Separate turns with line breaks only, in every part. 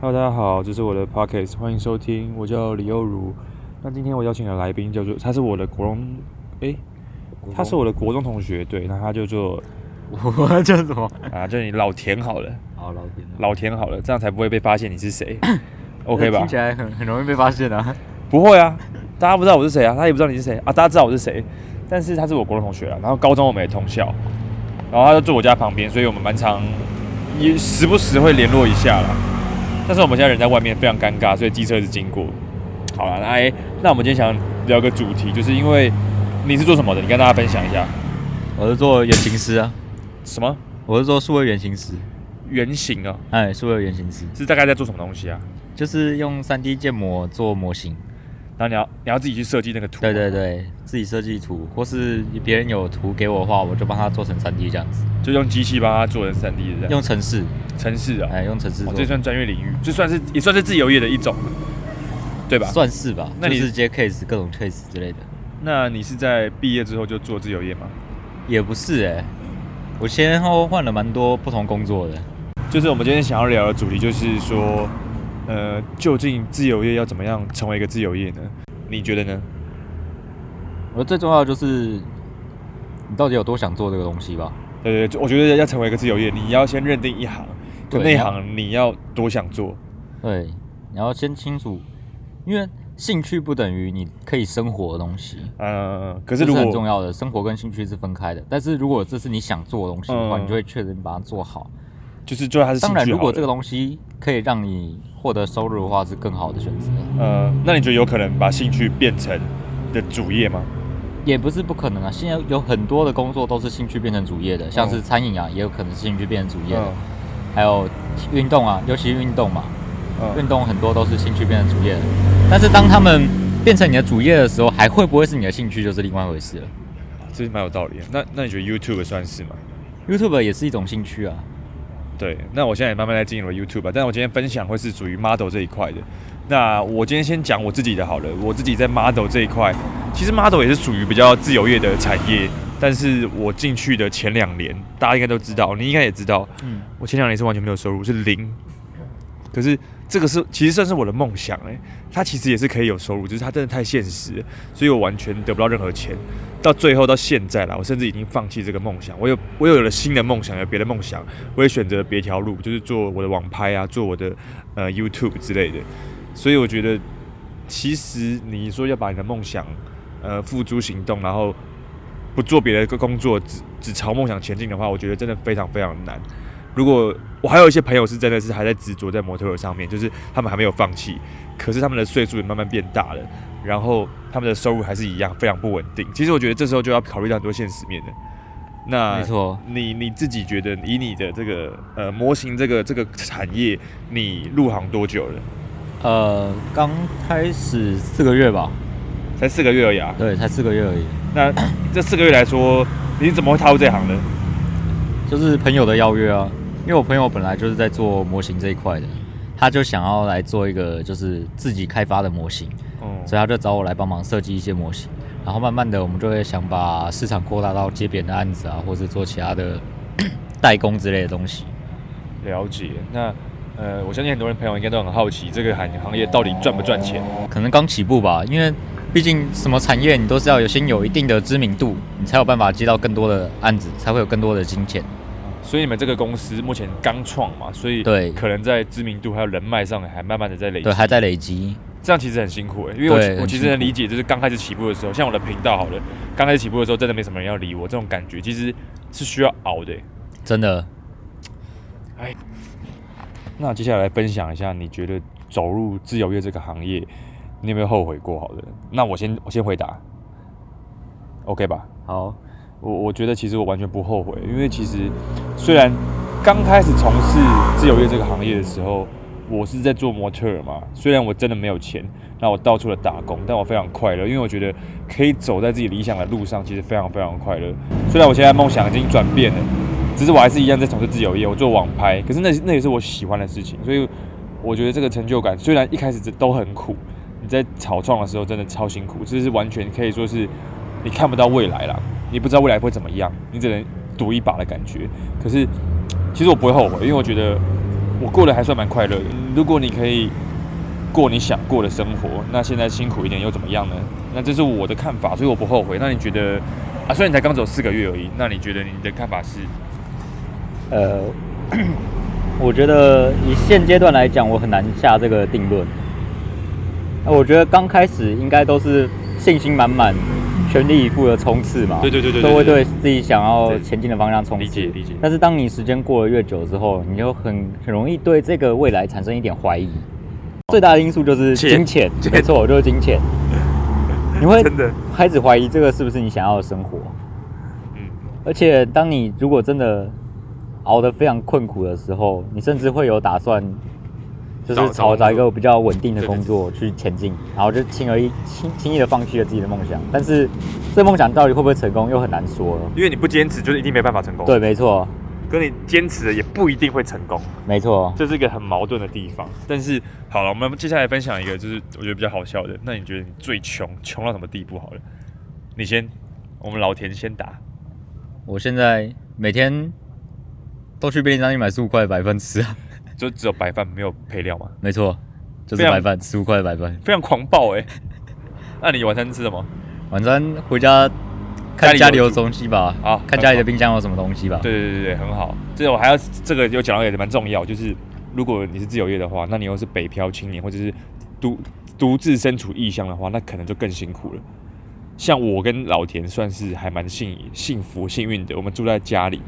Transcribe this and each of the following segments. Hello，大家好，这是我的 Podcast，欢迎收听，我叫李幼如。那今天我邀请的来宾叫做，他是我的国中，诶、他是我的国中同学，对，那他就 做
我叫什么？
啊，就你老田好了，
好老天啊
老田好了，这样才不会被发现你是 谁，OK 吧
听？起来很很容易被发现啊。
不会啊，大家不知道我是谁啊，他也不知道你是谁啊，大家知道我是谁，但是他是我国中同学啊，然后高中我们也同校，然后他就住我家旁边，所以我们蛮常也时不时会联络一下啦。但是我们现在人在外面非常尴尬，所以机车一直经过。好了，那哎、那我们今天想聊个主题，就是因为你是做什么的，你跟大家分享一下
我是做原型师啊，
什么
我是做数位原型师。
原型啊，
哎，数位原型师
是大概在做什么东西啊？
就是用三 D 建模做模型。
然后你要你要自己去设计那个图，啊
对对，对，自己设计图，或是别人有图给我的话，我就帮他做成三 D 这样子。
就用机器帮他做成三 D 的这样，
用程式，
城市啊，
哎，用程式
哦
做，
这算专业领域，这算是也算是自由业的一种，对吧？
算是吧。
那
就
你
是接 case 各种 case 之类的，
那你是在毕业之后就做自由业吗？
也不是哎、我先后换了蛮多不同工作的。
就是我们今天想要聊的主题，就是说，呃，究竟自由业要怎么样成为一个自由业呢？你觉得呢？
我觉得最重要的就是你到底有多想做这个东西吧。
对对对，我觉得要成为一个自由业，你要先认定一行，就
对
那一行你要多想做，
对，你要先清楚，因为兴趣不等于你可以生活的东西，
呃，可
可
是如
很重
果
要的，生活跟兴趣是分开的。但是如果这是你想做的东西的话，
嗯
你就会确认把它做好。
就是就嗯他是兴
当
趣
然，如
好
果
了
这个东西可以让你获得收入的话，是更好的选择，
呃，那你觉得有可能把兴趣变成你的主业吗？
也不是不可能啊。现在有很多的工作都是兴趣变成主业的，像是餐饮啊，也有可能是兴趣变成主业的，
嗯
还有运动啊，尤其是运动嘛，
嗯
运动很多都是兴趣变成主业的，但是当他们变成你的主业的时候，还会不会是你的兴趣，就是另外一回事了。
这是蛮有道理的。那那你觉得 YouTube 算是吗？
YouTube 也是一种兴趣啊，
对，那我现在也慢慢在经营了 YouTube，吧但我今天分享会是属于 model 这一块的。那我今天先讲我自己的好了，我自己在 model 这一块，其实 model 也是属于比较自由业的产业，但是我进去的前两年，大家应该都知道，你应该也知道，
嗯，
我前两年是完全没有收入，是零。可是这个是其实算是我的梦想哎、它其实也是可以有收入，只是它真的太现实了，所以我完全得不到任何钱。到最后到现在啦，我甚至已经放弃这个梦想，我有我有了新的梦想，有别的梦想，我也选择了别条路，就是做我的网拍啊，做我的呃 YouTube 之类的。所以我觉得，其实你说要把你的梦想呃付诸行动，然后不做别的工作，只只朝梦想前进的话，我觉得真的非常非常难。如果我还有一些朋友是真的是还在执着在模特儿上面，就是他们还没有放弃，可是他们的岁数也慢慢变大了，然后他们的收入还是一样非常不稳定。其实我觉得这时候就要考虑到很多现实面的。那
没错。
你你自己觉得以你的这个呃模型这个这个产业，你入行多久了？
呃，刚开始四个月吧，
才四个月而已啊。
对，才四个月而已，
那这四个月来说，你怎么会踏入这行呢？
就是朋友的邀约啊，因为我朋友本来就是在做模型这一块的，他就想要来做一个就是自己开发的模型，
哦
所以他就找我来帮忙设计一些模型，然后慢慢的我们就会想把市场扩大到接别人的案子啊，或是做其他的 代工之类的东西。
了解。那呃，我相信很多人朋友应该都很好奇，这个行行业到底赚不赚钱？
可能刚起步吧，因为毕竟什么产业你都是要有先有一定的知名度，你才有办法接到更多的案子，才会有更多的金钱。
所以你们这个公司目前刚创嘛，所以
对
可能在知名度还有人脉上还慢慢的在累积
对，，还在累积。
这样其实很辛苦哎、因为我
对
其我
很
其实
辛
能
苦
理解，就是刚开始起步的时候，像我的频道好了，刚开始起步的时候真的没什么人要理我，这种感觉其实是需要熬的欸、
真的，
那接下来分享一下，你觉得走入自由业这个行业，你有没有后悔过？好的，那我先我先回答，OK 吧？
好，
我我觉得其实我完全不后悔，因为其实虽然刚开始从事自由业这个行业的时候，我是在做模特儿嘛，虽然我真的没有钱，那我到处的打工，但我非常快乐，因为我觉得可以走在自己理想的路上，其实非常非常快乐。虽然我现在梦想已经转变了，只是我还是一样在从事自由业，我做网拍，可是那那也是我喜欢的事情，所以我觉得这个成就感虽然一开始都很苦，你在草创的时候真的超辛苦，这是完全可以说是你看不到未来啦，你不知道未来会怎么样，你只能赌一把的感觉。可是其实我不会后悔，因为我觉得我过得还算蛮快乐的。如果你可以过你想过的生活，那现在辛苦一点又怎么样呢？那这是我的看法，所以我不后悔。那你觉得啊？虽然你才刚走四个月而已，那你觉得你的看法是？
呃， 我觉得以现阶段来讲，我很难下这个定论。那我觉得刚开始应该都是信心满满、全力以赴的冲刺嘛，
嗯对对对对
都会
对
对自己想要前进的方向冲刺。
理解理解
但是当你时间过了越久之后，你就很很容易对这个未来产生一点怀疑。最大的因素就是
钱
金钱，
钱
没错，就是 金钱。你会
真的
开始怀疑这个是不是你想要的生活。
嗯，
而且，当你如果真的熬得非常困苦的时候，你甚至会有打算，就
找
是朝
找工作
找一个比较稳定的
对对
工作去前进，然后就轻而易轻轻易的放弃了自己的梦想。但是，这梦想到底会不会成功，又很难说了。
因为你不坚持，就是一定没办法成功。
对，，没错，
跟你坚持了也不一定会成功。
没错。
这是一个很矛盾的地方。但是好了，我们接下来分享一个，就是我觉得比较好笑的。那你觉得你最穷，穷到什么地步？好了，你先，我们老田先打。
我现在每天都去便利商店买十五块的白饭吃啊，
就只有白饭没有配料吗？
没错，就是
非常
白饭，十五块的白饭。
非常狂暴哎、那你晚餐吃什么？
晚餐回家看
家
家
里
里
有
有
煮
东西吧，
好
看家里的冰箱有什么东西吧。
对对对对，很好。这我还要这个有讲到也蛮重要，就是如果你是自由业的话，那你又是北漂青年或者是独独自身处异乡的话，那可能就更辛苦了。像我跟老田算是还蛮幸幸福幸运的，我们住在家里。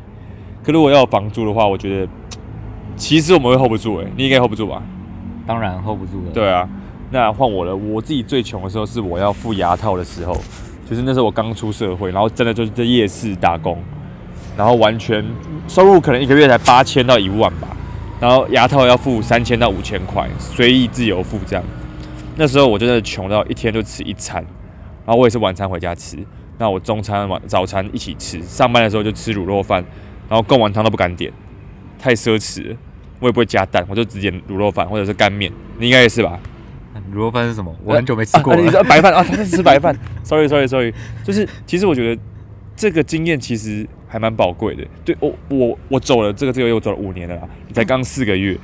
可如果要有房租的话，我觉得其实我们会 hold 不住哎、你应该 hold 不住吧？
当然 hold 不住了。
对啊，那换我了。我自己最穷的时候是我要付牙套的时候，就是那时候我刚出社会，然后真的就是在夜市打工，然后完全收入可能一个月才八千到一万吧，然后牙套要付三千到五千块，随意自由付这样。那时候我真的穷到一天就吃一餐，然后我也是晚餐回家吃，那我中餐晚早餐一起吃，上班的时候就吃卤肉饭，然后贡丸汤都不敢点，太奢侈了。我也不会加蛋，我就只点卤肉饭或者是干面，你应该也是吧？
卤肉饭是什么？我很久没吃过
啊啊你
了。
说白饭啊，他在吃白饭。Sorry Sorry Sorry，就是其实我觉得这个经验其实还蛮宝贵的。对我我我走了这个这个月我走了五年了啦，你才刚四个月，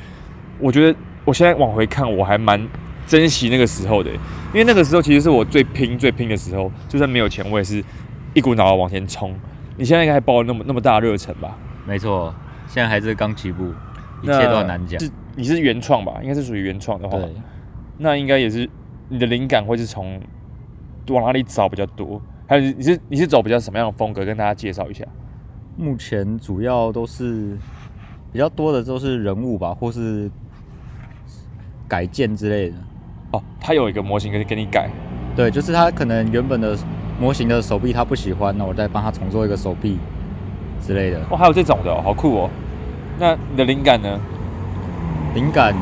我觉得我现在往回看我还蛮珍惜那个时候的，因为那个时候其实是我最拼最拼的时候，就算没有钱我也是一股脑的往前冲。你现在应该还抱那么那么大的热忱吧？
没错，现在还是刚起步，一切都很难 讲。
是你是原创吧？应该是属于原创的话，
对，
那应该也是你的灵感会是从往哪里找比较多？还有你你是你是走比较什么样的风格？跟大家介绍一下。
目前主要都是比较多的都是人物吧，或是改建之类的。
哦，他有一个模型给你给你改，
对，就是他可能原本的模型的手臂他不喜欢，那我再帮他重做一个手臂之类的。
哦，还有这种的、哦，好酷哦。那你的灵感呢？
灵感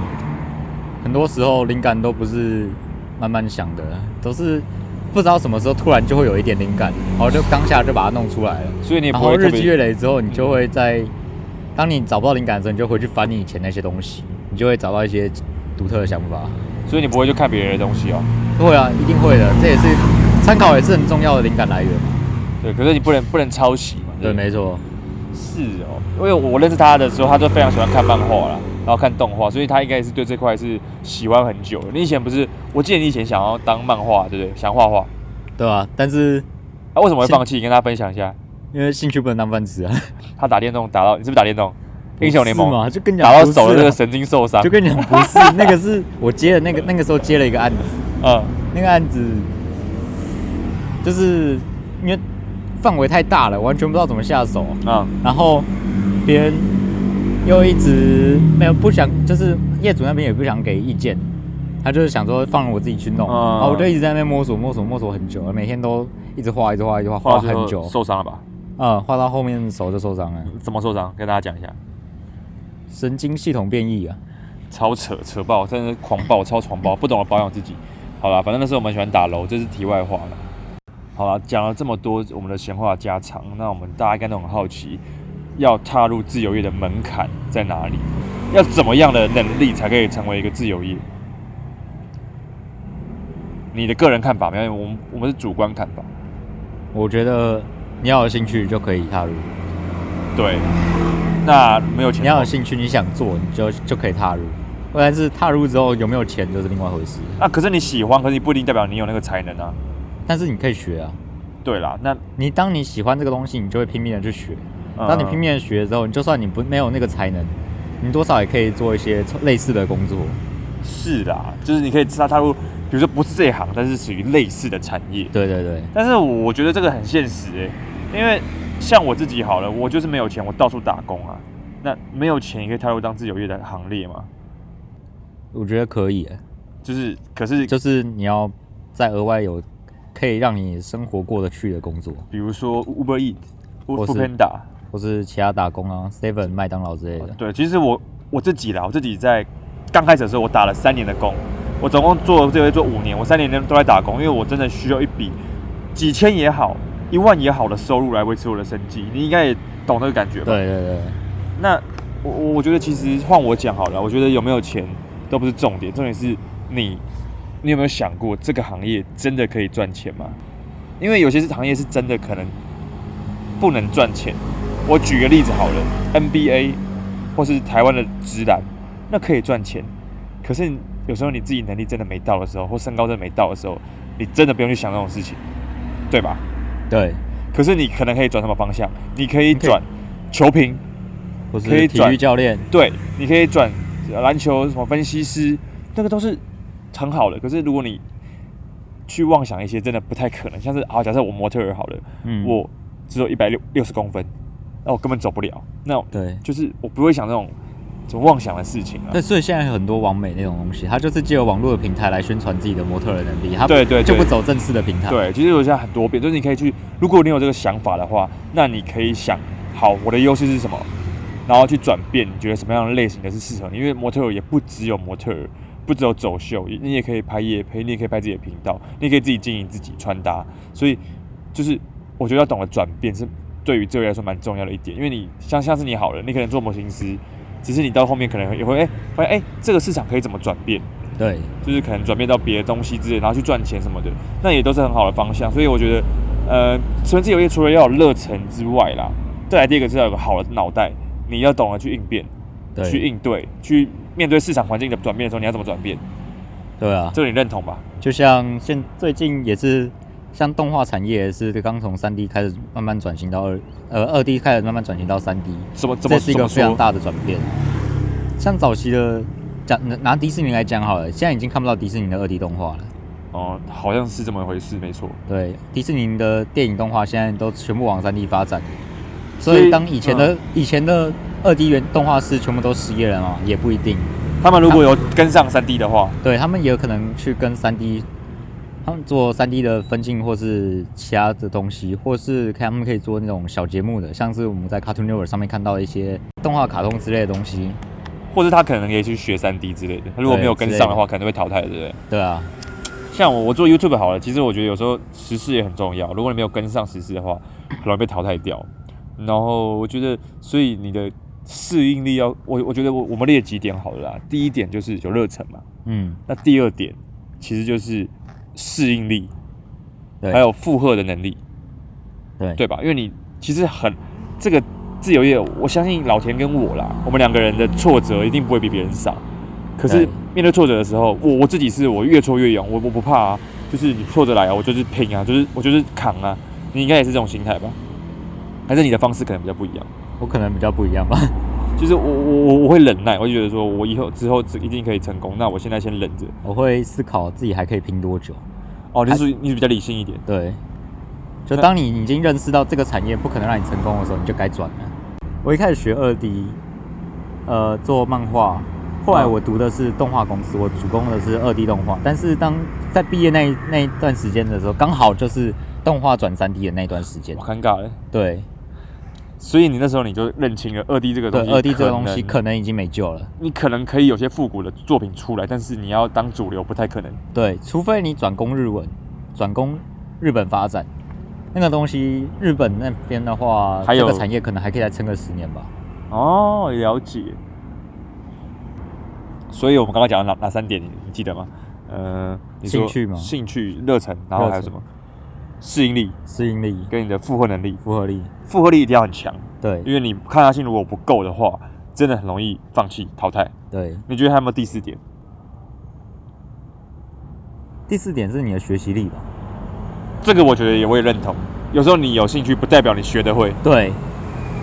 很多时候灵感都不是慢慢想的，都是不知道什么时候突然就会有一点灵感，然后就当下就把它弄出来了。
所以你也
然
不
后
会特
日积月
别
累之后，你就会在当你找不到灵感的时候，你就回去翻你以前那些东西，你就会找到一些独特的想法。
所以你不会去看别人的东西哦。
会啊，一定会的，这也是参考，也是很重要的灵感来源。
对，可是你不能不能抄袭嘛。
对，
不
没错，
是哦，因为我认识他的时候，他就非常喜欢看漫画啦，然后看动画，所以他应该也是对这块是喜欢很久的。你以前不是？我记得你以前想要当漫画，对不对？想画画，
对吧、但是
啊，为什么会
是
放弃？跟大家分享一下。
因为兴趣不能当饭吃啊，
他打电动打到，你是不是打电动？英雄联
不是
盟
嘛，就跟你讲
打到
不是
手的那
啊
个神经受伤
就，跟你讲不是，那个是我接的那个那个时候接了一个案子，
嗯，
那个案子就是因为范围太大了，完全不知道怎么下手。
嗯，
然后别人又一直没有不想，就是业主那边也不想给意见，他就是想说放我自己去弄，
嗯
然后我就一直在那边摸索摸索摸索很久，每天都一直画一直画一直画，画
画
了很久，
受伤了吧？
嗯，画到后面手就受伤了，
怎么受伤？跟大家讲一下，
神经系统变异啊，
超扯扯爆，真的是狂暴，超狂暴，不懂得保养自己。好啦，反正那时候我们喜欢打楼，这是题外话了。好啦，讲了这么多我们的闲话家常，那我们大家应该都很好奇，要踏入自由业的门槛在哪里？要怎么样的能力才可以成为一个自由业？你的个人看法，没有，我们我们是主观看法。
我觉得你要有兴趣就可以踏入，
对，那没有钱
你要
吗
有兴趣，你想做，你就就可以踏入。但是踏入之后有没有钱就是另外一回事。
啊，可是你喜欢，可是你不一定代表你有那个才能啊。
但是你可以学啊，
对啦，那
你当你喜欢这个东西，你就会拼命的去学。
嗯
当你拼命的学之后，你就算你不没有那个才能，你多少也可以做一些类似的工作。
是啦，就是你可以踏踏入，比如说不是这一行，但是属于类似的产业。
对对对，
但是我觉得这个很现实诶、因为像我自己好了，我就是没有钱，我到处打工啊。那没有钱也可以踏入当自由业的行列嘛？
我觉得可以耶，
就是，可是
就是你要再额外有可以让你生活过得去的工作，
比如说 Uber Eat、
或是
Food Panda，
或是其他打工啊，seven、麦当劳之类的。
哦对，其实我我自己啦，我自己在刚开始的时候，我打了三年的工，我总共做这回做五年，我三年都在打工，因为我真的需要一笔几千也好、一万也好的收入来维持我的生计。你应该也懂那个感觉吧？
对对对，
那我我我觉得其实换我讲好了，我觉得有没有钱都不是重点，重点是你你有没有想过这个行业真的可以赚钱吗？因为有些是行业是真的可能不能赚钱。我举个例子好了，NBA 或是台湾的直男，那可以赚钱，可是有时候你自己能力真的没到的时候，或身高真的没到的时候，你真的不用去想那种事情，对吧？
对，
可是你可能可以转什么方向？你可以
你可以
转球评，
或
可以
是体
转
育教练，
对，你可以转篮球什么分析师，那个都是很好的。可是如果你去妄想一些真的不太可能，像是啊，假设我模特儿好了，
嗯，
我只有一百六六十公分，那我根本走不了。那
对。
就是我不会想那种什么妄想的事情啊
对，。所以现在有很多网美那种东西，他就是借由网络的平台来宣传自己的模特儿能力，他
对对对
就不走正式的平台。
对，其实我现在很多变，就是你可以去，如果你有这个想法的话，那你可以想，好，我的优势是什么，然后去转变，你觉得什么样的类型的是适合你？因为模特儿也不只有模特儿，不只有走秀，你也可以拍夜拍，你也可以拍自己的频道，你也可以自己经营自己穿搭，所以就是我觉得要懂得转变是对于这位来说蛮重要的一点，因为你像像是你好了，你可能做模型师，只是你到后面可能也会哎、发现哎、这个市场可以怎么转变。
对
就是可能转变到别的东西之类，然后去赚钱什么的，那也都是很好的方向。所以我觉得，呃，纯自由业除了要有热忱之外啦，再来第二个是要有个好的脑袋，你要懂得去应变、
对，
去应对、去面对市场环境的转变的时候，你要怎么转变？
对啊，
这个你认同吧？
就像现最近也是，像动画产业也是刚从三 D 开始慢慢转型到二呃二 D 开始慢慢转型到三 D，
怎么怎
这
么
是一
怎
个
么
非常
说？
大的转变。像早期的讲拿拿迪士尼来讲好了，现在已经看不到迪士尼的二 D 动画了。
哦、好像是这么一回事，没错。
对，迪士尼的电影动画现在都全部往三 D 发展，所
所以
以当以前的、以前的二 D 原动画师全部都失业了嘛，也不一定。
他们如果有跟上三 D 的话，
对他们也有可能去跟三 D，他们做三 D 的分镜或是其他的东西，或是看他们可以做那种小节目的，像是我们在 Cartoon Network 上面看到的一些动画、卡通之类的东西。
或者他可能也去学三 D 之类的。他如果没有跟上的话，
对之类的
可能会淘汰，对不对？
对啊，
像我，我做 YouTube 好了，其实我觉得有时候时事也很重要。如果你没有跟上时事的话，很容易被淘汰掉。然后我觉得，所以你的适应力要，我我觉得我我们列几点好了啦。第一点就是有热忱嘛，
嗯，
那第二点其实就是适应力，
对，
还有负荷的能力，
对
对吧？因为你其实很这个自由业，我相信老田跟我啦，我们两个人的挫折一定不会比别人少。可是
对
面对挫折的时候，我我自己是我越挫越勇，我我不怕啊，就是你挫折来啊，我就是拼啊，就是我就是扛啊。你应该也是这种心态吧？还是你的方式可能比较不一样？
我可能比较不一样吧。
就是我我我我会忍耐，我就觉得说我以后之后一定可以成功，那我现在先忍着。
我会思考自己还可以拼多久。
哦，你是属于你是比较理性一点，
对，就当你已经认识到这个产业不可能让你成功的时候，你就该转了。我一开始学二 D，呃，做漫画，后来
嗯
我读的是动画公司，我主攻的是二 D 动画。但是当在毕业那一那一段时间的时候，刚好就是动画转三 D 的那一段时间
我。尴尬了。
对
所以你那时候你就认清了二 D 这个
对
东，西，
二 D 这个东西可能已经没救了。
你可能可以有些复古的作品出来，但是你要当主流不太可能。
对，除非你转攻日文，转攻日本发展。那个东西，日本那边的话，
还有
这个产业可能还可以再撑个十年吧。
哦，了解。所以我们刚刚讲的哪哪三点，你你记得吗？呃，你说
兴趣吗
兴趣、热忱，然后还有什么？适应力
适应力、
跟你的负荷能力，
复合力，
负荷力一定要很强。
对
因为你抗压性如果不够的话，真的很容易放弃淘汰。
对。
你觉得还有没有第四点？
第四点是你的学习力吧？
这个我觉得也会认同。有时候你有兴趣，不代表你学得会。
对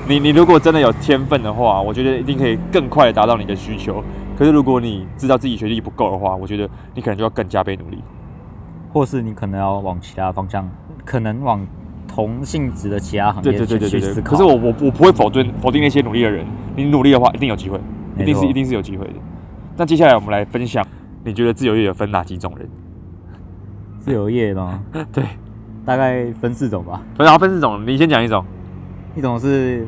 你你如果真的有天分的话，我觉得一定可以更快的达到你的需求。可是如果你知道自己学历不够的话，我觉得你可能就要更加倍努力。
或是你可能要往其他方向，可能往同性质的其他行
对
业
对对
去
对
去
对对。
思考。
可是我我我不会否定否定那些努力的人，你努力的话一定有机会，一定
没
是
错
一定是有机会的。那接下来我们来分享，你觉得自由业有分哪几种人？
自由业吗？
对，
大概分四种吧。
然后分四种，你先讲一种
一种是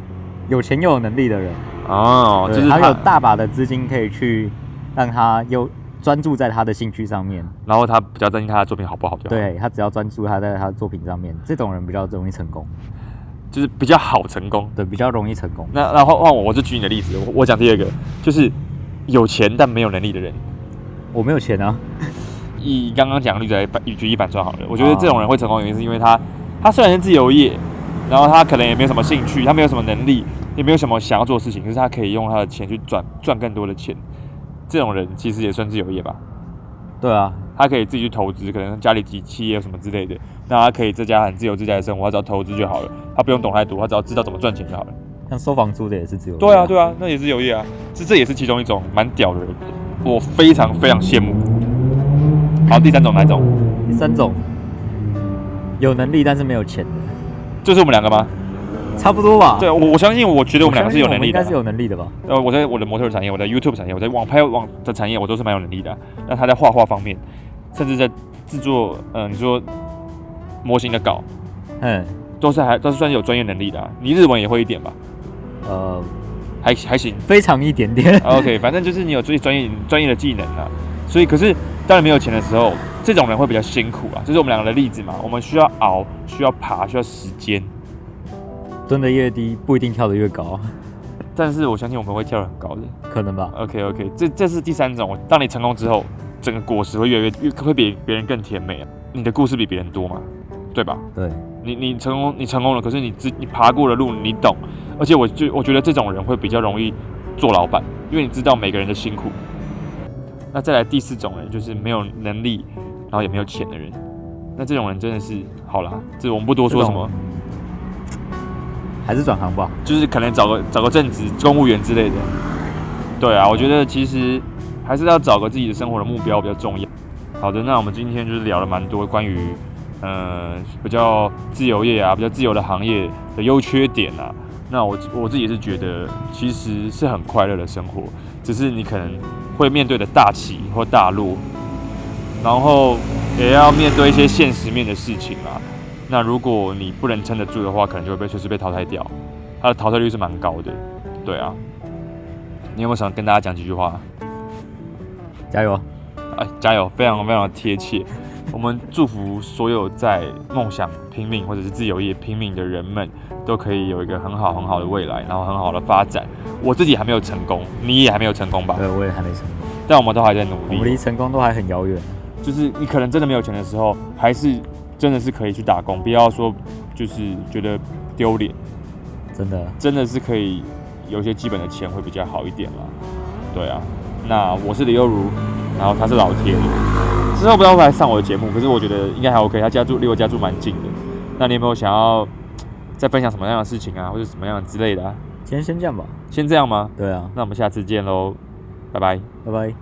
有钱又有能力的人，
哦，就
对
是
他
他
有，大把的资金可以去让他又专注在他的兴趣上面。
然后他比较担心他的作品好不好，对吧？，
对他只要专注他在他的作品上面，这种人比较容易成功，
就是比较好成功。
对，比较容易成功。
那然后换我，我就举你的例子，我我讲第二个，就是有钱但没有能力的人。
我没有钱啊，
以刚刚讲的例子来反举一反三好了，我觉得
啊
这种人会成功，原因是因为他他虽然是自由业，然后他可能也没有什么兴趣，他没有什么能力，也没有什么想要做的事情，可是他可以用他的钱去赚赚更多的钱。这种人其实也算自由业吧，
对啊，
他可以自己去投资，可能家里企企业什么之类的，那他可以在家很自由自在的生活，他只要投资就好了，他不用懂太多，他只要知道怎么赚钱就好了。
像收房租的也是自由业。
对啊，对啊，那也是有业啊，这这也是其中一种蛮屌的人，我非常非常羡慕。好，第三种哪一种？
第三种，有能力但是没有钱的，
就是我们两个吗？
差不多吧？
对，我我相信，我觉得我
我相信
们两个是有
我
能
们
力
应
的
该是
啊。
有能力的吧？
呃，我在我的模特儿产业，我在 YouTube 产业，我在网拍网的产业，我都是蛮有能力的啊。那他在画画方面，甚至在制作，呃，你说模型的稿，
嗯，
都是还都是算是有专业能力的啊。你日文也会一点吧？
呃，
还还行。
非常一点点。
OK，反正就是你有自己专业专业的技能啊。所以，可是当然没有钱的时候，这种人会比较辛苦啊。这是我们两个的例子嘛，我们需要熬，需要爬，需要时间。
蹲的越低，不一定跳得越高，
但是我相信我们会跳得很高的。
可能吧？
OK OK，这这是第三种。当你成功之后，整个果实会越来越越会比别人更甜美啊。你的故事比别人多嘛，对吧？
对，
你你成功你成功了，可是你自你爬过的路你懂，而且我就我觉得这种人会比较容易做老板，因为你知道每个人的辛苦。那再来第四种人就是没有能力，然后也没有钱的人。那这种人真的是好啦，这我们不多说什么，
还是转行吧。
就是可能找个找个正职，公务员之类的。对啊，我觉得其实还是要找个自己的生活的目标比较重要。好的，那我们今天就是聊了蛮多关于呃比较自由业啊，比较自由的行业的优缺点啊。那我我自己是觉得其实是很快乐的生活，只是你可能会面对的大起或大落，然后也要面对一些现实面的事情啊。那如果你不能撑得住的话，可能就会被随时被淘汰掉。它的淘汰率是蛮高的。对啊，你有没有想跟大家讲几句话？
加油！
哎，加油！非常非常贴切。我们祝福所有在梦想拼命或者是自由业拼命的人们，都可以有一个很好很好的未来，然后很好的发展。我自己还没有成功，你也还没有成功吧？
对，我也还没成功，
但我们都还在努
我
力。
们离成功都还很遥远。
就是你可能真的没有钱的时候，还是真的是可以去打工，不要说就是觉得丢脸。
真的，
真的是可以有一些基本的钱会比较好一点啦。对啊，那我是李优如，然后他是老铁，之后不知道会不会来上我的节目，可是我觉得应该还 OK，他家住离我家住蛮近的。那你有没有想要嘖再分享什么样的事情啊，或者什么样之类的、啊？
今天先这样吧。
先这样吗？
对啊，
那我们下次见喽，拜拜。
拜拜。